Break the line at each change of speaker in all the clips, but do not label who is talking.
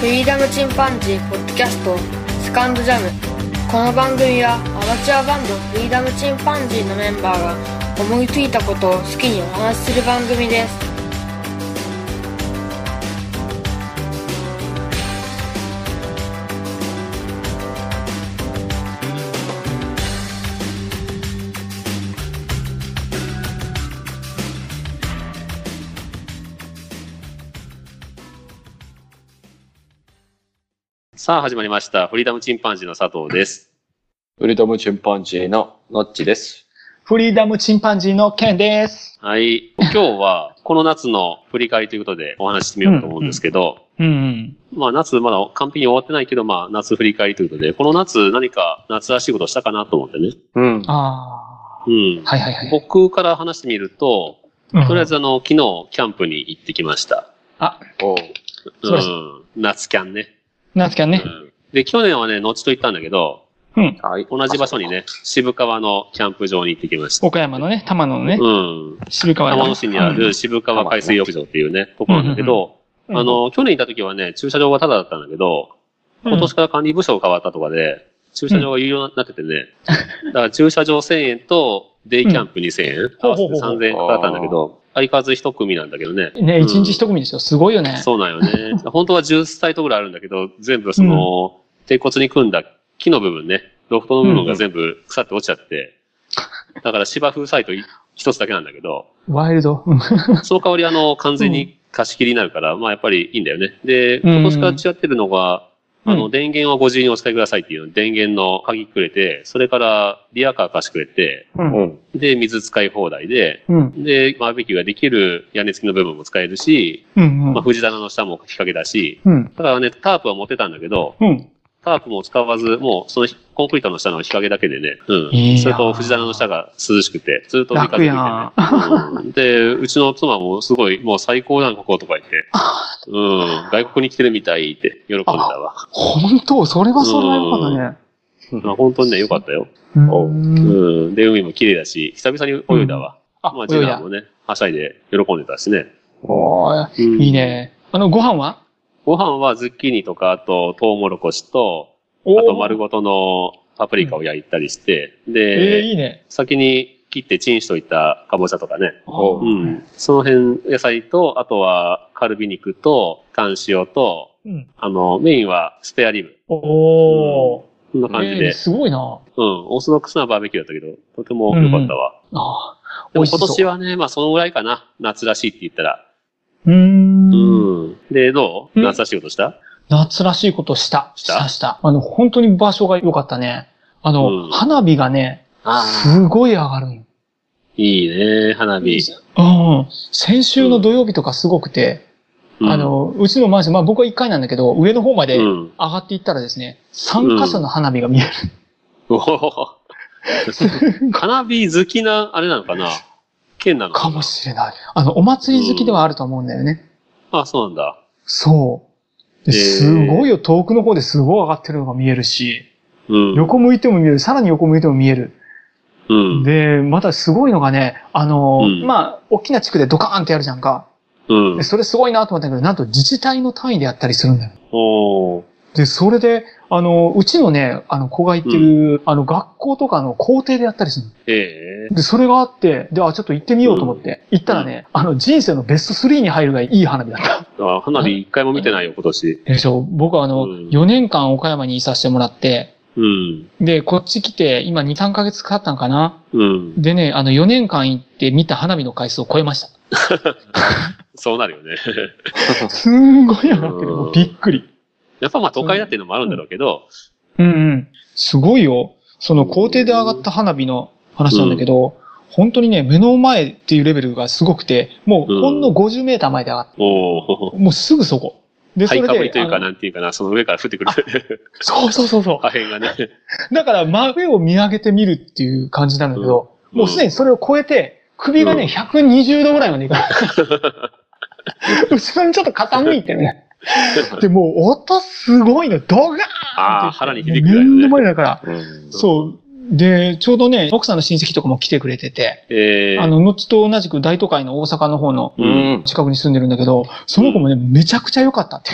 フリーダムチンパンジーポッドキャストセカンドジャムこの番組はアマチュアバンドフリーダムチンパンジーのメンバーが思いついたことを好きにお話しする番組です
さあ、始まりました。フリーダムチンパンジーの佐藤です。
ウリダムチンパンジーのノッチです。
フリーダムチンパンジーのケンです。
はい。今日は、この夏の振り返りということでお話ししてみようと思うんですけど、
うん。
まあ夏まだ完璧に終わってないけど、まあ夏振り返りということで、この夏何か夏らしいことしたかなと思ってね。
うん。
あ
うん
あ。。はいはいはい。
僕から話してみると、
うん
とりあえずあの、昨日キャンプに行ってきました。
おう
う
そうです
ん。夏キャンね。
なんすかね
う。ん。で、去年はね、後と行ったんだけど、
うん。
はい。
同じ場所にね、渋川のキャンプ場に行ってきました。
岡山のね、玉野のね、
うん。
渋川の
浜野市にある渋川海水浴場っていうね、ところなんだけど、
うん
あの、去年行った時はね、駐車場がタダだったんだけど、
うん
今年から管理部署が変わったとかで、駐車場が有料になっててね、だから駐車場1000円と、デイキャンプ2000円、合
ほう
わせ
ほう
て
ほう
3000円かかったんだけど、相変わらず一組なんだけどね。
ね、一日
一
一組ですよ。すごいよね。
そうなんよね。 本当は10サイトぐらいあるんだけど、全部その、鉄骨に組んだ木の部分ね、ロフトの部分が全部腐って落ちちゃって、だから芝生サイト一つだけなんだけど、
ワイルド。うん
その代わり、あの、完全に貸し切りになるから、まあ、やっぱりいいんだよね。で、
うん
今年から違ってるのが、あ
う
の、
ん
電源はご自由にお使いくださいっていうの電源の鍵くれて、それからリアカー貸してくれて、
うん。
で、水使い放題で、
うん。
で、バーベキューができる屋根付きの部分も使えるし、
うん。
まあ、藤棚の下も日陰だし、
うん。
だからね、タープは持ってたんだけど、
うん。
タープも使わず、もうそのコンクリートの下の日陰だけでね、うん。
いいな
それと藤棚の下が涼しくて、ずっと見かけて
楽
ね
やん。
うんで、うちの妻もすごい、もう最高だな、こことか言って。うん、外国に来てるみたいって喜んでたわ。
本当それはそれはよかったね。
まあ、本当にね、良かったよ。
うん
おう
うん、で、海も綺麗だし、久々に泳いだわ。
あ
まあ、、
泳
次
い
男
だ
も。ね、はしゃいで喜んでたしね。
おう
おー
うん
いい。ね。あの、ご飯は
ご飯はズッキーニとか、あと、トウモロコシと、
お
あと丸
ご。
ごとのパプリカを焼いたりして、
ええ、
で、
いいね。
先に切ってチンしといたかぼちゃとかね。
おう
うん。その辺、野菜と、あとは、カルビ肉と、タン塩と、
うん。
あの、メインはスペアリブ。
おー。
こんな感じ
え
で
え。すごい
う
な。
ん。オーソドックスなバーベキューだったけど、とても良かったわ。
ああ、
で
美
も
味しそ
今
う。
年はね、まあそのぐらいかな。夏らしいって言ったら。
うー。
うんん。で、どう
うん
夏らしいことした
夏らしいことした。
し
したたした。あの、本当に場所が良かったね。あの、
うん
花火がね、
ああ。
すごい上がるん。
いいね、花火。
うん。先週の土曜日とかすごくて、
うん
あ、の、うちのマンション、まあ僕は1階なんだけど、上の方まで
う
上
ん。
がっていったらですね、3箇所の花火が見える。
おほほほ 花火好きな、あれなのかな県なの
か
かな
もしれない。あの、お祭り好きではあると思うんだよね。
あ、そうなんだ。
そう。で
へー
すごいよ、遠くの方ですごい上がってるのが見えるし、
うん。
横向いても見える、さらに横向いても見える。
うん。
で、またすごいのがね、あのー、
うん
まあ、大きな地区でドカーンってやるじゃんか。
うん
で。それすごいなと思ったけど、なんと自治体の単位でやったりするんだよ。
おー。
で、それで、あのー、うちのね、あの、子が行ってる、あの、学校とかの校庭でやったりするの
ええ
で、それがあって、で、あ、ちょっと行ってみようと思って、行ったらね、あの、人生のベスト3に入るがいい花火だった。
あ花火一回も見てないよ、今年。
でしょ、僕はあの、
うん
4年間岡山にいさせてもらって、
うん。
で、こっち来て、今2、3ヶ月かかったんかな。
うん。
でね、あの、4年間行って見た花火の回数を超えました。
そうなるよね。
すんごい上がってる。もうびっくり。
やっぱまあ都会だっていうのもあるんだろうけど、
うんうん。すごいよ。その校庭で上がった花火の話なんだけど、本当にね、目の前っていうレベルがすごくて、も
うん
うほんの50メーター前で上がっ
お
た。もうすぐそこ。で、
お、
そ
ハイ
れ
カブリ
で。
というか、
あの
なんていうかな、その上から降ってくる
そうそうそうそ
破片 がね。
う。だから真上を見上げてみるっていう感じなんだけど、
うん
もうすでにそれを超えて、首がね、
うん
120度ぐらいまでいか ない。後ろにちょっと傾いてね。で、もう音すごいの、ドガーンって言って
ああ、腹に響くぐらい
目の
のね。
前だから。
うん。
そう。で、ちょうどね、奥さんの親戚とかも来てくれてて、
えー、
あの、のちと同じく大都会の大阪の方の
うん。
近くに住んでるんだけど、その子もね、めちゃくちゃ良かったって。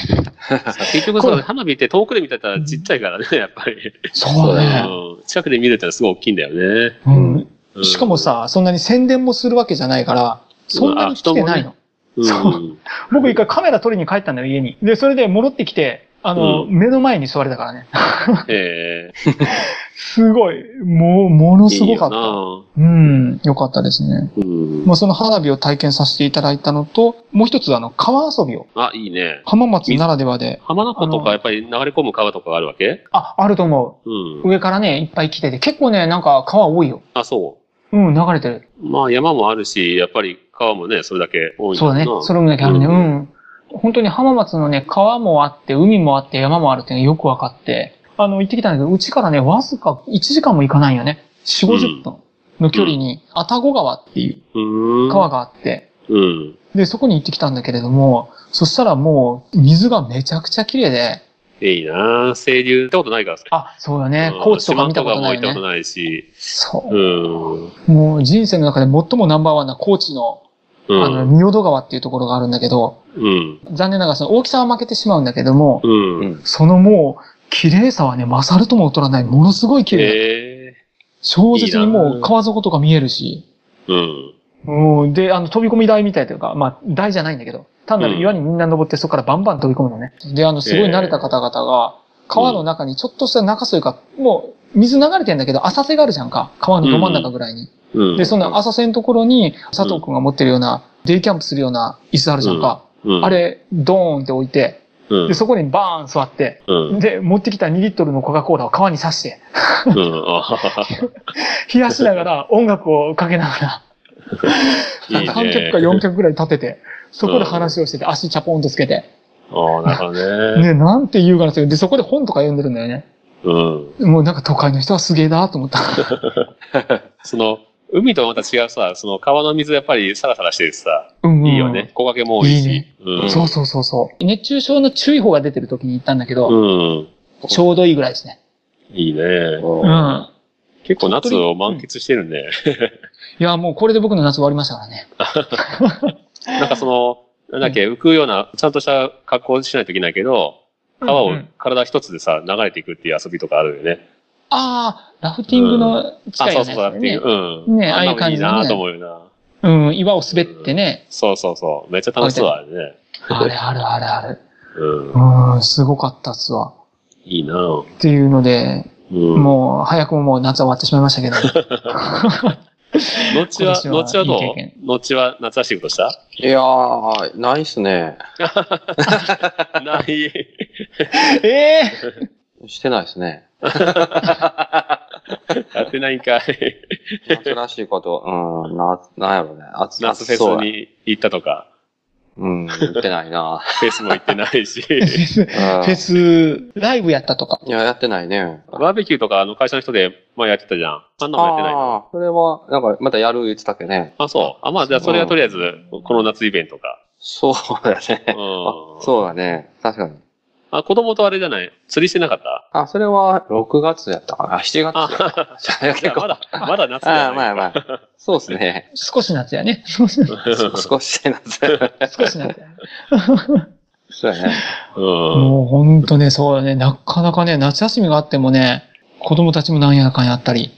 結局
こ
そ
れ
う、花火って遠くで見てたらちっちゃいからね、やっぱり。
そうね。
うん近くで見るってのはすごい大きいんだよね。
うん。
うん
しかも、さ、そんなに宣伝もするわけじゃないから、そんなに来てないの。
うん
そう僕一回カメラ撮りに帰ったんだよ、家に。で、それで戻ってきて、あの、
う
目の前に座れたからね。
えー
すごい。もう、 ものすごかった。
いいよ
うん。よかったですね。
なうん
まあ、その花火を体験させていただいたのと、もう一つ、あの、川遊びを、
あ、いいね。
浜松ならではで、
浜名湖と
あの
かやっぱり流れ込む川とかがあるわけ
あ、あると思
うん
う。。上からね、いっぱい来てて、結構ね、なんか川多いよ。
あ、そ
うん、流れてる。
う。まあ山もあるし、やっぱり川もね、それだけ多いん
そうだね。それもだけあるね。
う
うんん。本当に浜松のね、川もあって、海もあって、山もあるっていうのよく分かって、あの、行ってきたんだけど、うちからね、わずか1時間も行かないよね。4、50分の距離に、愛宕川っていう
ーん。
う川があって、
うん。
で、そこに行ってきたんだけれども、そしたらもう、水がめちゃくちゃ綺麗で、
いいなぁ清流ってことないからさ。
あ、そうだね
う、ん
高知とか見たことな
四万十川も
いよ
行ったこと
ね。
ないし。
そう
ーん。
う。もう人生の中で最もナンバーワンな高知の、
う
あの、
ん。
仁淀川っていうところがあるんだけど、
うん。
残念ながらその大きさは負けてしまうんだけども、
う。
うんん。
そのもう、綺麗さはね、勝るとも劣らない、ものすごい綺麗。
え
超絶に
いい
もう
な
川底とか見えるし、
ーうん。
うん、で、あの、飛び込み台みたいというか、まあ、台じゃないんだけど、単なる岩にみんな登ってそこからバンバン飛び込むのね。で、あの、すごい慣れた方々が、川の中にちょっとした中というか、もう、水流れてんだけど、浅瀬があるじゃんか。川のど真ん中ぐらいに。
うん。
で、その浅瀬のところに、佐藤くんが持ってるような、デイキャンプするような椅子あるじゃんか。
うん、
あれ、ドーンって置いて、
うん、
で、そこにバーン座って、
うん。
で、持ってきた2リットルのコカ・コーラを川に刺して、
うん。あははは
冷やしながら音楽をかけながら、
いいね。
3曲か4曲ぐらい立てて、そこで話をしてて、足チャポンとつけて、
ああ、なるほどね。
ね、なんて優雅な人で、そこで本とか読んでるんだよね。
うん。
もうなんか都会の人はすげえな と思った。
その、海とはまた違うさ、その川の水やっぱりサラサラしてるしさ、
うんうん
いいよね。。木陰も多いし。
いいね
うん。
そうそうそうそう。熱中症の注意報が出てる時に行ったんだけど、
うん。
ちょうどいいぐらいですね。
いいね。
うん。
結構夏を満喫してるね。
いや、もうこれで僕の夏終わりましたからね。
なんかその、なんだっけ、浮くような、ちゃんとした格好しないといけないけど、川
う
を
ん
体一つでさ、流れていくっていう遊びとかあるよね。
ああ、ラフティングの
あ、
近い
そう
やつ
そ
だ
うそう、
よ
っていう。うん。
ねああいう感じ
あ
のね
んなのいいなと思うよな。
うん、岩を滑ってね。
そうそうそう。めっちゃ楽しそうだね。
あれあるあるある。
うん。
うん、すごかったっすわ。
いいなぁ。
っていうので、
うん。
もう早くももう夏は終わってしまいました けど。
後は、
今
後
年は
はどう
いい経験
後は夏らしいこと した
いやー、ないっすね。
ない。
ええ
してないっすね。
やってないんかい。
夏らしいこと、うん、な、なんやろね。暑
夏フェス。
そうや
に行ったとか、
うん、言ってないな。
フェスも行ってないし、
フェス、フ
フ
ェス、ライブやったとか。
いや、やってないね。
バーベキューとかあの会社の人で前やってたじゃん。あんなもんやってないの
ああ、それは、なんか、またやる言ってたっけね。
あ、そう。あ、まあ、じゃあ、それはとりあえず、この夏イベントか。
そうだね。
うん
あそうだね。確かに。
あ、子供とあれじゃない釣りしてなかった
あ、それは、6月やったかな。あ7月
あ、
やった。
じゃ
結
あま
構。
だ、まだ夏だ
あ
よ、
あ、まあまあ。そうです ね。
少し夏やね。少し夏
少し夏。
やね。
そうやね。
うん。
もうほんとね、そうだね。なかなかね、夏休みがあってもね、子供たちもなんやかんやあったり。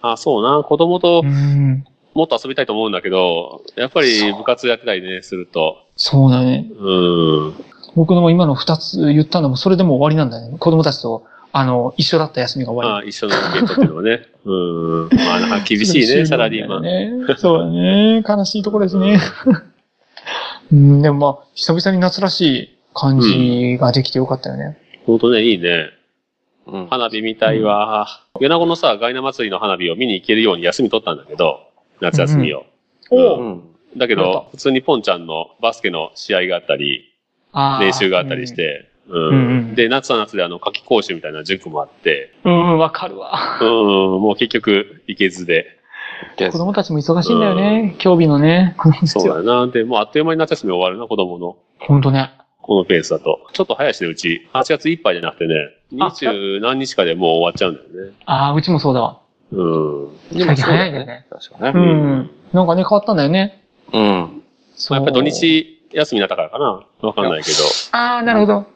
あ、そうな。子供と
うん。
もっと遊びたいと思うんだけど、やっぱり部活やってたりね、すると。
そうだね。
うん。
僕の今の二つ言ったのも、それでもう終わりなんだよね。子供たちと、あの、一緒だった休みが終
ま
わ
あ、一緒のイベントっていうのはね。うん。まあ、なんか
り。
厳しいね、サラリーマン。
ン。そうだね。悲しいところですね。うん、でもまあ、久々に夏らしい感じができてよかったよね。
ほんとね、いいね。
うん。
花火みたいわ。米子のさ、ガイナ祭りの花火を見に行けるように休み取ったんだけど、夏休みを。
お
う
うん。
だけ
なんか
ど、普通にポンちゃんのバスケの試合があったり、
あー
練習があったりし。て、うん
うんうん
で、夏は夏であの、夏季講習みたいな塾もあって、
うん、うんわかるわ。
うん、もう結局行けずで。
で
子供たちも忙しいんだよね。競技のね。子供たち
そう だ
は。
な。で、もうあっという間に夏休み終わるな、子供の。
ほんとね。
このペースだと。ちょっと早いしね、うち。8月いっぱいじゃなくてね、
あ
二十何日かでもう終わっちゃうんだよね。
ああ、うちもそうだわ。
うん。
で
最近
そうだ
早い
よ
よね。
確か
う
ね。
ん。なんかね、変わったんだよね。
うん。
そ
ま
う
あ、やっぱ土日休みになったからかな。わかんないけ
ああ、なるほど。
ど。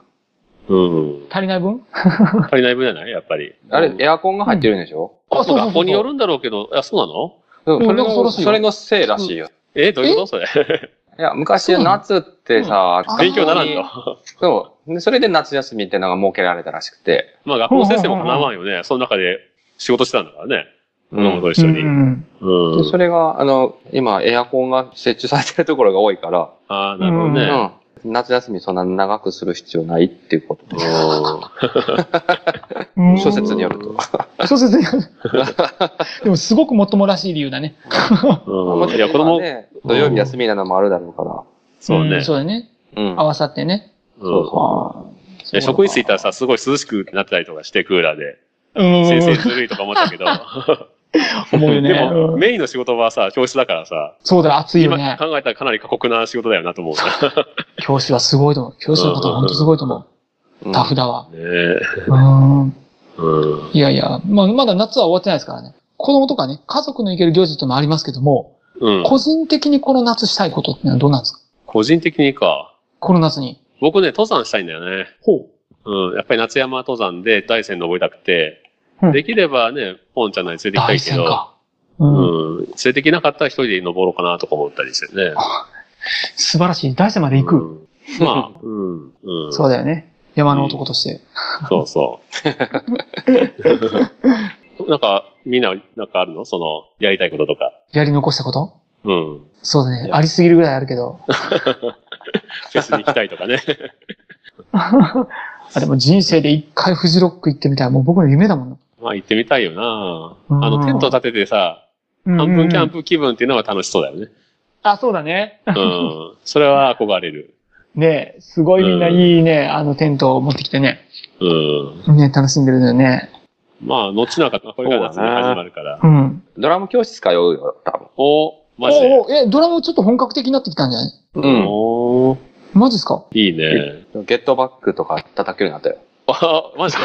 うん。
足りない分
足りない分じゃないやっぱり。
あれ、エアコンが入ってるんでしょ
あそうそうそう
学校によるんだろうけど、あ、そうなの
そ
うん
れ
なんかそうら
の、
しいよ
それのせいらしいよ。
え、どういうことそれ。
いや、昔は夏ってさ、
そうなの
勉強にならん
学校に
の。
そう。でそれで夏休みってのが設けられたらしくて。
まあ、学校の先生もかなわんよね。その中で仕事してたんだからね。子供と一緒に。
う
うん。
ん。
でそれが、あの、今、エアコンが設置されてるところが多いから、
ああ、なるほどね。
うん。夏休みそんな長くする必要ないっていうこと。
うん
諸説によると。
諸説によ る。でも、すごくもっともらしい理由だね。
うん。いや、子
まあ
供、
ね土曜日休みなのもあるだろうか
そうね
ん。そうだね。
ら。うん。
合わさってね。
う
そ
ん
うそ
あ
いや職員室いたらさ、すごい涼しくなってたりとかして、クーラーで。
あ。うん。
先生ずるいとか思ったけど。
思うよね。
でも、
うん
メインの仕事はさ、教室だからさ、
そうだ、暑いよ
今
ね。
考えたらかなり過酷な仕事だよなと思う
教師はすごいと思う。教師のことは本当すごいと思
う
う。
ん
タフだわ。
な。ねえ。
うん。
うん。
いやいや、まあ、まだ夏は終わってないですからね。子供とかね、家族の行ける行事ってのもありますけども、
うん。
個人的にこの夏したいことってのはどうなんですか
個人的にか。
この夏に。
僕ね、登山したいんだよね。
ほ
うん。やっぱり夏山登山で大山登りたくて、
うん
できればね、ポンちゃんのに連れて行きた
大
いけ
戦
ど、
か。うん。
うん。連れて行けなかったら一人で登ろうかなとか思ったりしてね。
素晴らしい。大戦まで行く。
うんまあ、うん。うん。
そうだよね。山の男として。
そうそう。 なんか、みんな、なんかあるのその、やりたいこととか。
やり残したこと
うん。
そうだ
い
ね。
や
ありすぎるぐらいあるけ ど。
フェスに行きたいとかね。
あ、でも人生で一回フジロック行ってみたい。もう僕の夢だもんな。
まあ行ってみたいよな
うん
あの、テント立ててさ、
うん
半分キャン
プ。
プ気分っていうのは楽しそうだよね。
あ、そうだね。
うん。それは憧れる。
ねえ、すごいみんないいね、あのテントを持ってきてね。
うん。
ね、楽しんでるんだよね。
まあ、後なんか、これから夏に始まるから。
うん。
ドラム教室通うよ、多
おマジで。
おうおうえ、ドラムちょっと本格的になってきたんじゃない
分。
おー
マジっすか
いいね。
うん。ゲットバックとか叩けるようになったよ。
あ、マジで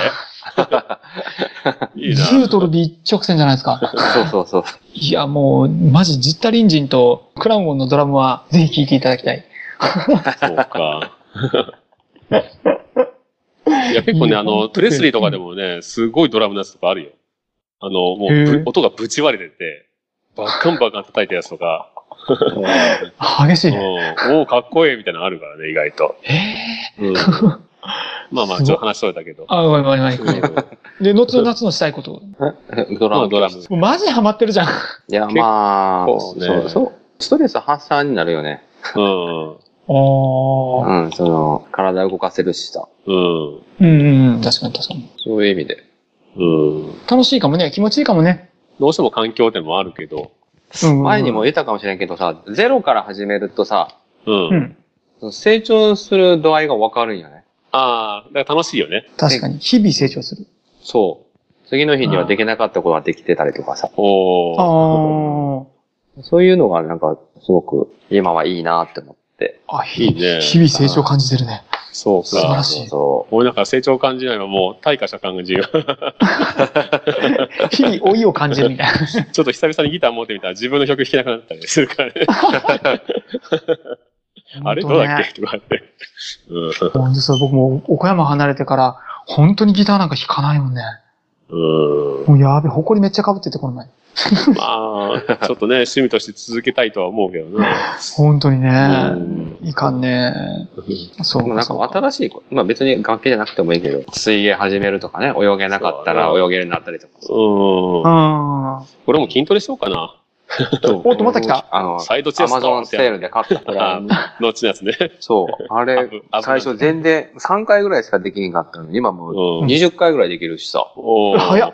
いいな
ズートルで一直線じゃないですか。
そうそうそ
いや、もう、マジ、ジッタリンジンとクラウンゴンのドラムは、ぜひ聴いていただきたい。
そうか。いや、結構ね、あの、プレスリーとかでもね、すごいドラムのやつとかあるよ。あの、もう
へ
ぶ
ー、
音がぶち割れてて、バッカンバッカン叩いたやつと か、
う。
激しいね。
うんおお、かっこええみたいなのあるからね、意外と。
ええ
うんまあまあ、
すごい
ちょっと話しとれたけど。
あ、ごめんごめんごめん。 で、後々夏のしたいこと。も
ドラ
まあ、ド
ム教
ラ
室。
ム。
うマジハマって るじゃん。
いや、まあ、
結構ね
そうそう。ストレス発散になるよね。
うん。
おー。
うん、その、体動かせるしさ。
うん。
うんうんうん、確かに確かに。
そういう意味で。
うん。
楽しいかもね、気持ちいいかもね。
どうしても環境でもあるけど、
うん。
前にも言ったかもしれんけどさ、ゼロから始めるとさ、
うん。
うん。
成長する度合いがわかるんよね。
ああ、だから楽しいよね。
確かに。日々成長する。
そう。次の日にはできなかったことができてたりとかさ。
お
あ
お。
ー。
そういうのがなんか、すごく、今はいいなって思って。
あ、
いいね
日々成長感じて るね。
そう
素晴ら
か。
しい
そ
俺なんか成長感じないわ、もう退化した感じ が。
日々老いを感じるみたいな。
ちょっと久々にギター持ってみたら自分の曲弾けなくなったりするからね。 あれどうだっけとかって。う
本当そう、僕も岡山離れてから、本当にギターなんか弾かないもんね。
ん。う
もうやべ、埃めっちゃ被ってて、この前。
ん。まあ、ちょっとね、趣味として続けたいとは思うけどね。
本当に
う
ね。
ん
いかんね。そう
う。もうなん
そ
か
うか
新しいこと、まあ別に楽器じゃなくてもいいけど、水泳始めるとかね、泳げなかったら
そうだね
泳げるようになったりとか。
うん。
うん。
俺も筋トレしようかな。
おっとまた来た。
あの、
サイドチェ
ア
スト
マゾンセールで買ったか
あ
ら、
後のやつね。
そう。あれ
危ない、
最初全然3回ぐらいしかできんかったのに、今もう
うん。
20回ぐらいできるしさ。
おー
早っ。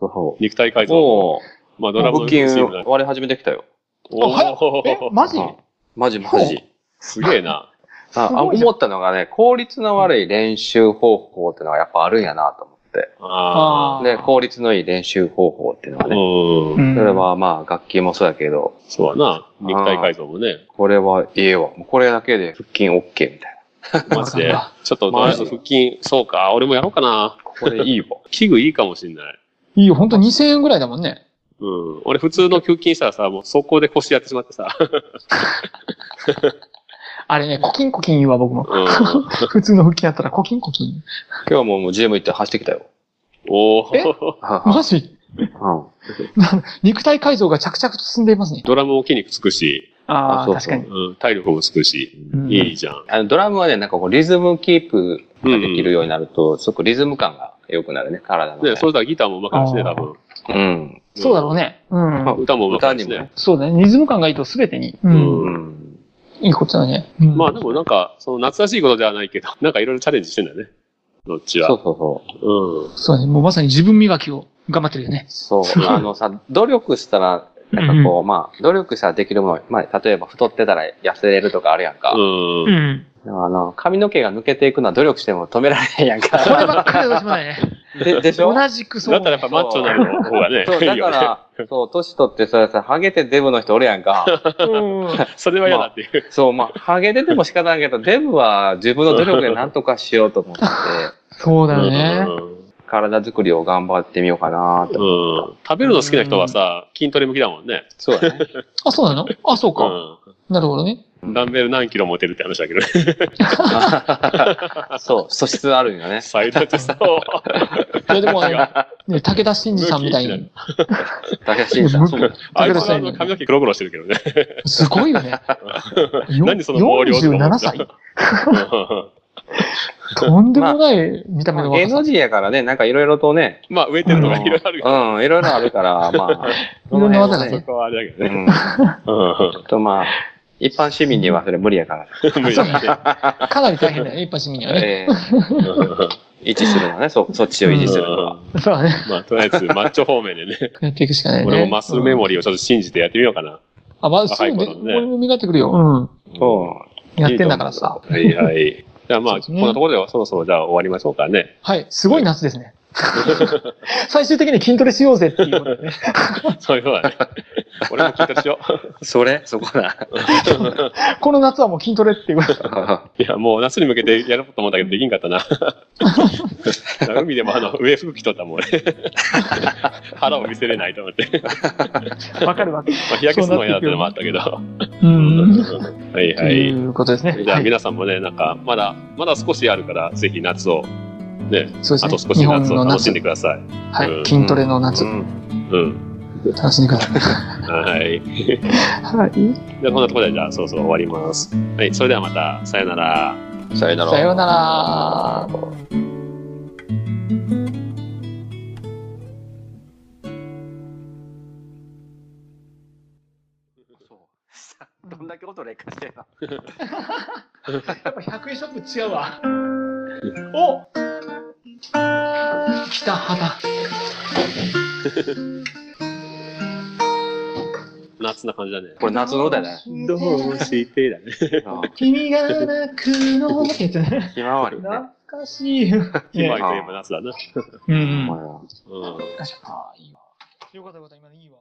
そ
肉体改
う。
造。
も
まあ、
う、
ドラム
腹
の
筋
チームだ。
割れ始めてきたよ。
お
あ早え
ー、
マジ
うんマジマジ。
すげえな。
あ
す
あ
ごいじゃん
思ったのがね、効率の悪い練習方法ってのはやっぱあるんやなと思って。
あ
あ
で、効率のいい練習方法っていうのは
あ。
ね、
う。
うんん
それはまあ楽器もそうやけど、
そうだな。肉体改造もね。
これはいいわ。もうこれだけで腹筋 OK みたいな。
マジで
わかんない。
ちょっと、ドラムの腹筋、そうか。俺もやろうかな。
これいいわ。
器具いいかもしんない。
いいよ、ほんと2000円ぐらいだもんね。
うん。俺普通の給金したらさ、もう速攻で腰やってしまってさ。
あれね、コキンコキン言うわ、僕 も。
うん。
普通の腹筋やったらコキンコキン。
今日ももうジム行って走ってきたよ。
おお。
マジ
うん
肉体改造が着々と進んでいますね。
ドラムも筋肉つくし、
ああ、
そう
確
そう
かに。
うん、体力もつくし、
うん
いいじゃん。
あの、ドラムはね、なんかこう、リズムキープができるようになると、すごくリズム感が良くなるね、体の、ね。
ね、それだらギターも上手くなるしね、
あー
多分。
うん。
そうだろうね。うん。
あ
歌も上手くなるし
歌にも
ね
ね。
そうだね。リズム感がいいと全てに。う
うん
ん。
うん。
いいことだね。うん
まあでもなんか、その夏らしいことではないけど、なんかいろいろチャレンジしてんだよね。どっち
そう
は。
そうそう。
うん。
そうだね。もうまさに自分磨きを頑張ってるよね。
そう。あのさ、努力したら、なんかこう、まあ、努力したらできるもの、まあ、例えば太ってたら痩せれるとかあるやんか。
うん。
ん。
でもあの、髪の毛が抜けていくのは努力しても止められへんやん
それ
か。
ばっかりはどうしようもないね。
ででしょ
同じくそう。
だったらやっぱマッチョになる方がね、
そう、
いい
だ
よ
か
ね。
ら、そう、年取ってさ、さ、ハゲてデブの人おるやんか。
うん。
それは嫌だっていう。
そう、まあ、ハゲてても仕方ないけど、デブは自分の努力で何とかしようと思って、
そうだよね。
体作りを頑張ってみようかな
う
と。
ん。うん。食べるの好きな人はさ、筋トレ向きだもんね。
そうだね。
あ、そうなのあ、そうか。
う
なるほどね。
ん。ダンベル何キロ持てるって話だけど ね。
そう、素質あるんよね。
最大とそう。
いやでもね、ね武田真治さんみたい
武
に。
高橋慎さん。そう
あい
武
つ
田さ
はあ
ん
の髪の毛黒々してるけどね。
すごいよね。よ
何その毛量とか思
47
ってた
歳とんでもない見た目
まあ
の
芸
若さ
能。人やからね、なんかいろいろとね、
まあ、植えてるのがいろいろあるけど、
うん、いろいろあるから、 まあ、
いろんな技が
そ
ね。
こはあれだけ
う
どね。う
ん、
ん
とまあ、一般市民にはそれ無理やから。
無理だね。
かなり大変だよね、一般市民 にはね。
ええ維持するのはね、そ、そっちを維持するのは。
そうだね。
まあ、とりあえず、マッチョ方面でね。
やっていくしかない
俺も
ね
マ。ッスルメモリーをちょっと信じてやってみようかな。
あ、まあ、そう
若
ね。
い頃ね
俺も磨いてくるよ。
そ
うん。やってんだからさ。
はいはい。じゃあまあ、こ
そうんですね
なところではそろそろじゃあ終わりましょうかね。
はい、すごい夏ですね。 最終的に筋トレしようぜっていうことでね。
そういうことだね。俺も聞いたしよ
う。それそこだ。
この夏はもう筋トレっていう。
う。いや、もう夏に向けてやろうと思ったけどできんかったな。 海でもあの、上服着とったもん俺。 腹を見せれないと思って。
わかるわかる。
まあ、日焼けするのは嫌だってのもあったけど。
う
うん
ん。
はい
と
はい。
いうことですね。
じゃあ
はい
皆さんもね、なんか、まだ、まだ少しあるから、ぜひ夏を、ね、
そうです
あ
ね。
と少
日
し
本
夏を
の
楽しん
夏
で。ください。
は
うん
い。筋トレの夏
う。ん
うん。
楽しんでください。
はい。
はい。
じゃあこんなところで、じゃあ、そろそろ終わります。はい。それではまた、さよなら。
さよなら。
さようなら。
どんだけ音劣化してるの
やっぱ100円ショップ違うわ。お北畑。
夏な感じだね。
これ夏の歌だね。
どうしてだね。
君が泣くのってやつね。
ひまわりね。
懐かしい。
ひまわりといえば夏だな。
うん。
まあ
うん。
ああ、いいわ。よかったよかった、今のいいわ。